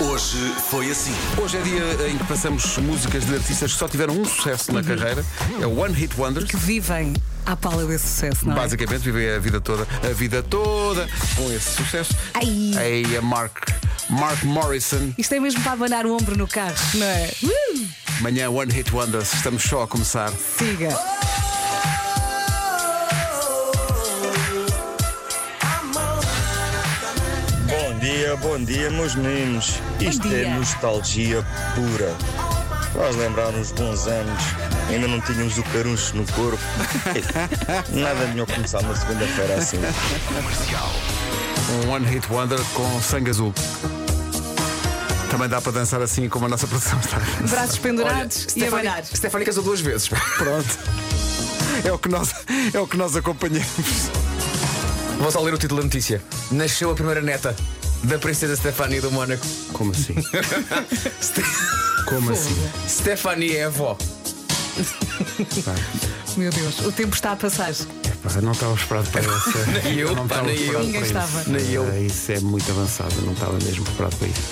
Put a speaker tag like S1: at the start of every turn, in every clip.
S1: Hoje foi assim. Hoje é dia em que passamos músicas de artistas que só tiveram um sucesso na carreira. É o One Hit Wonders.
S2: Uhum. que vivem à pala desse sucesso, não é?
S1: Basicamente vivem a vida toda, a vida toda com esse sucesso.
S2: Ai.
S1: Aí a Mark, Mark Morrison.
S2: Isto é mesmo para abanar o ombro no carro, não é? Uh,
S1: Manhã One Hit Wonders. Estamos só a começar.
S2: siga.
S3: Bom dia, bom dia, meus meninos. Isto
S2: dia.
S3: é nostalgia pura. Nós lembrámos bons anos, ainda não tínhamos o caruncho no corpo. Nada melhor começar uma segunda-feira assim.
S1: Um One Hit Wonder com sangue azul. Também dá para dançar assim como a nossa produção está.
S2: Braços pendurados e abanar.
S1: Stefani casou duas vezes. Pronto. É o que nós, é o que nós acompanhamos.
S4: Vou só ler o título da notícia. Nasceu a primeira neta da princesa Stefania do Mónaco.
S1: Como assim? como assim?
S4: Stefania é avó.
S2: Meu Deus, o tempo está a passar.
S1: Pá, não estava esperado para essa.
S4: Nem eu,
S1: não
S4: pá,
S1: estava
S4: nem eu.
S1: preparado
S2: Ninguém
S1: para
S2: estava.
S1: isso.
S4: Nem eu.
S1: Ah, Isso é muito avançado, não estava mesmo preparado para isso.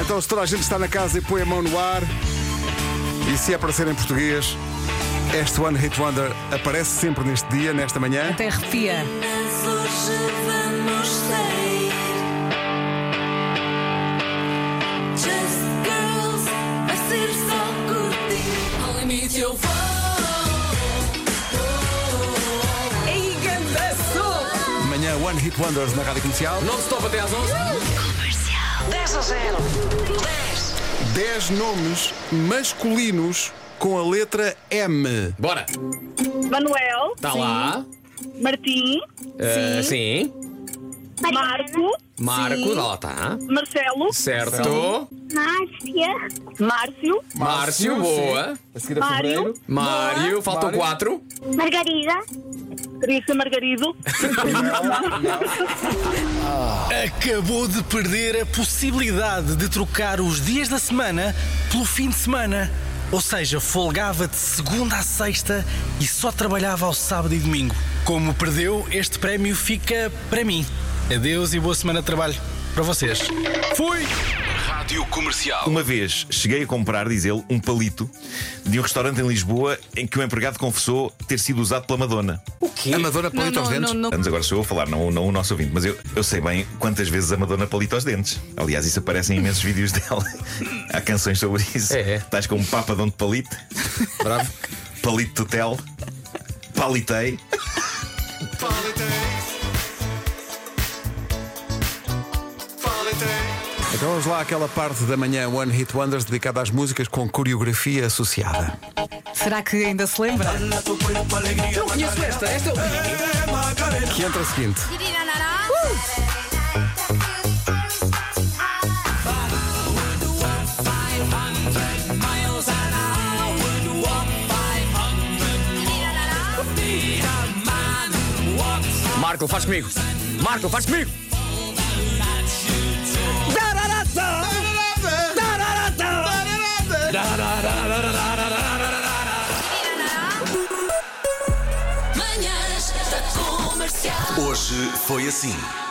S1: Então, se toda a gente está na casa e põe a mão no ar, e se aparecer em português, este One Hit Wonder aparece sempre neste dia, nesta manhã.
S2: Até arrepia.
S5: Eu vou,
S2: Ei, ganda
S1: Manhã One Hit Wonders na rádio comercial.
S4: Não se topa até às 11.
S6: 10 a 0.
S1: 10 nomes masculinos com a letra M.
S4: Bora.
S7: Manuel,
S4: Está Tá lá.
S7: Martim,
S4: Ah, sim.
S7: Marco,
S4: Marco. Tá lá está.
S7: Marcelo,
S4: Certo.
S7: Márcia, Márcio,
S4: Márcio,
S1: Então, Márcio,
S4: boa.
S1: A seguir
S7: Mário,
S4: Mário, faltam
S1: Mário.
S4: quatro.
S7: Margarida, Teresa Margarido,
S8: Acabou de perder a possibilidade de trocar os dias da semana pelo fim de semana. Ou seja, folgava de segunda a sexta e só trabalhava ao sábado e domingo. Como perdeu, este prémio fica para mim. Adeus e boa semana de trabalho. Para vocês. Fui!
S9: Uma vez cheguei a comprar, diz ele, um palito de um restaurante em Lisboa em que o empregado confessou ter sido usado pela Madonna.
S1: A Madonna põe aos
S2: não,
S1: dentes.
S2: não, não.
S9: Vamos agora sou eu a falar, não, não o nosso ouvinte, mas eu, eu sei bem quantas vezes a Madonna palita os dentes. Aliás, isso aparece em imensos vídeos dela. Há canções sobre isso.
S4: É, é.
S9: Estás com um papa de onde palite,
S4: Bravo.
S9: palito tutel, palitei.
S1: Então vamos lá àquela parte da manhã One Hit Wonders dedicada às músicas com coreografia associada.
S2: Será que ainda se lembra?
S4: Eu não conheço esta. Esta é
S1: Que entra a seguinte.
S4: o. Marco, faz comigo. Marco, faz comigo.
S5: manhãs da comercial.
S1: Hoje foi assim.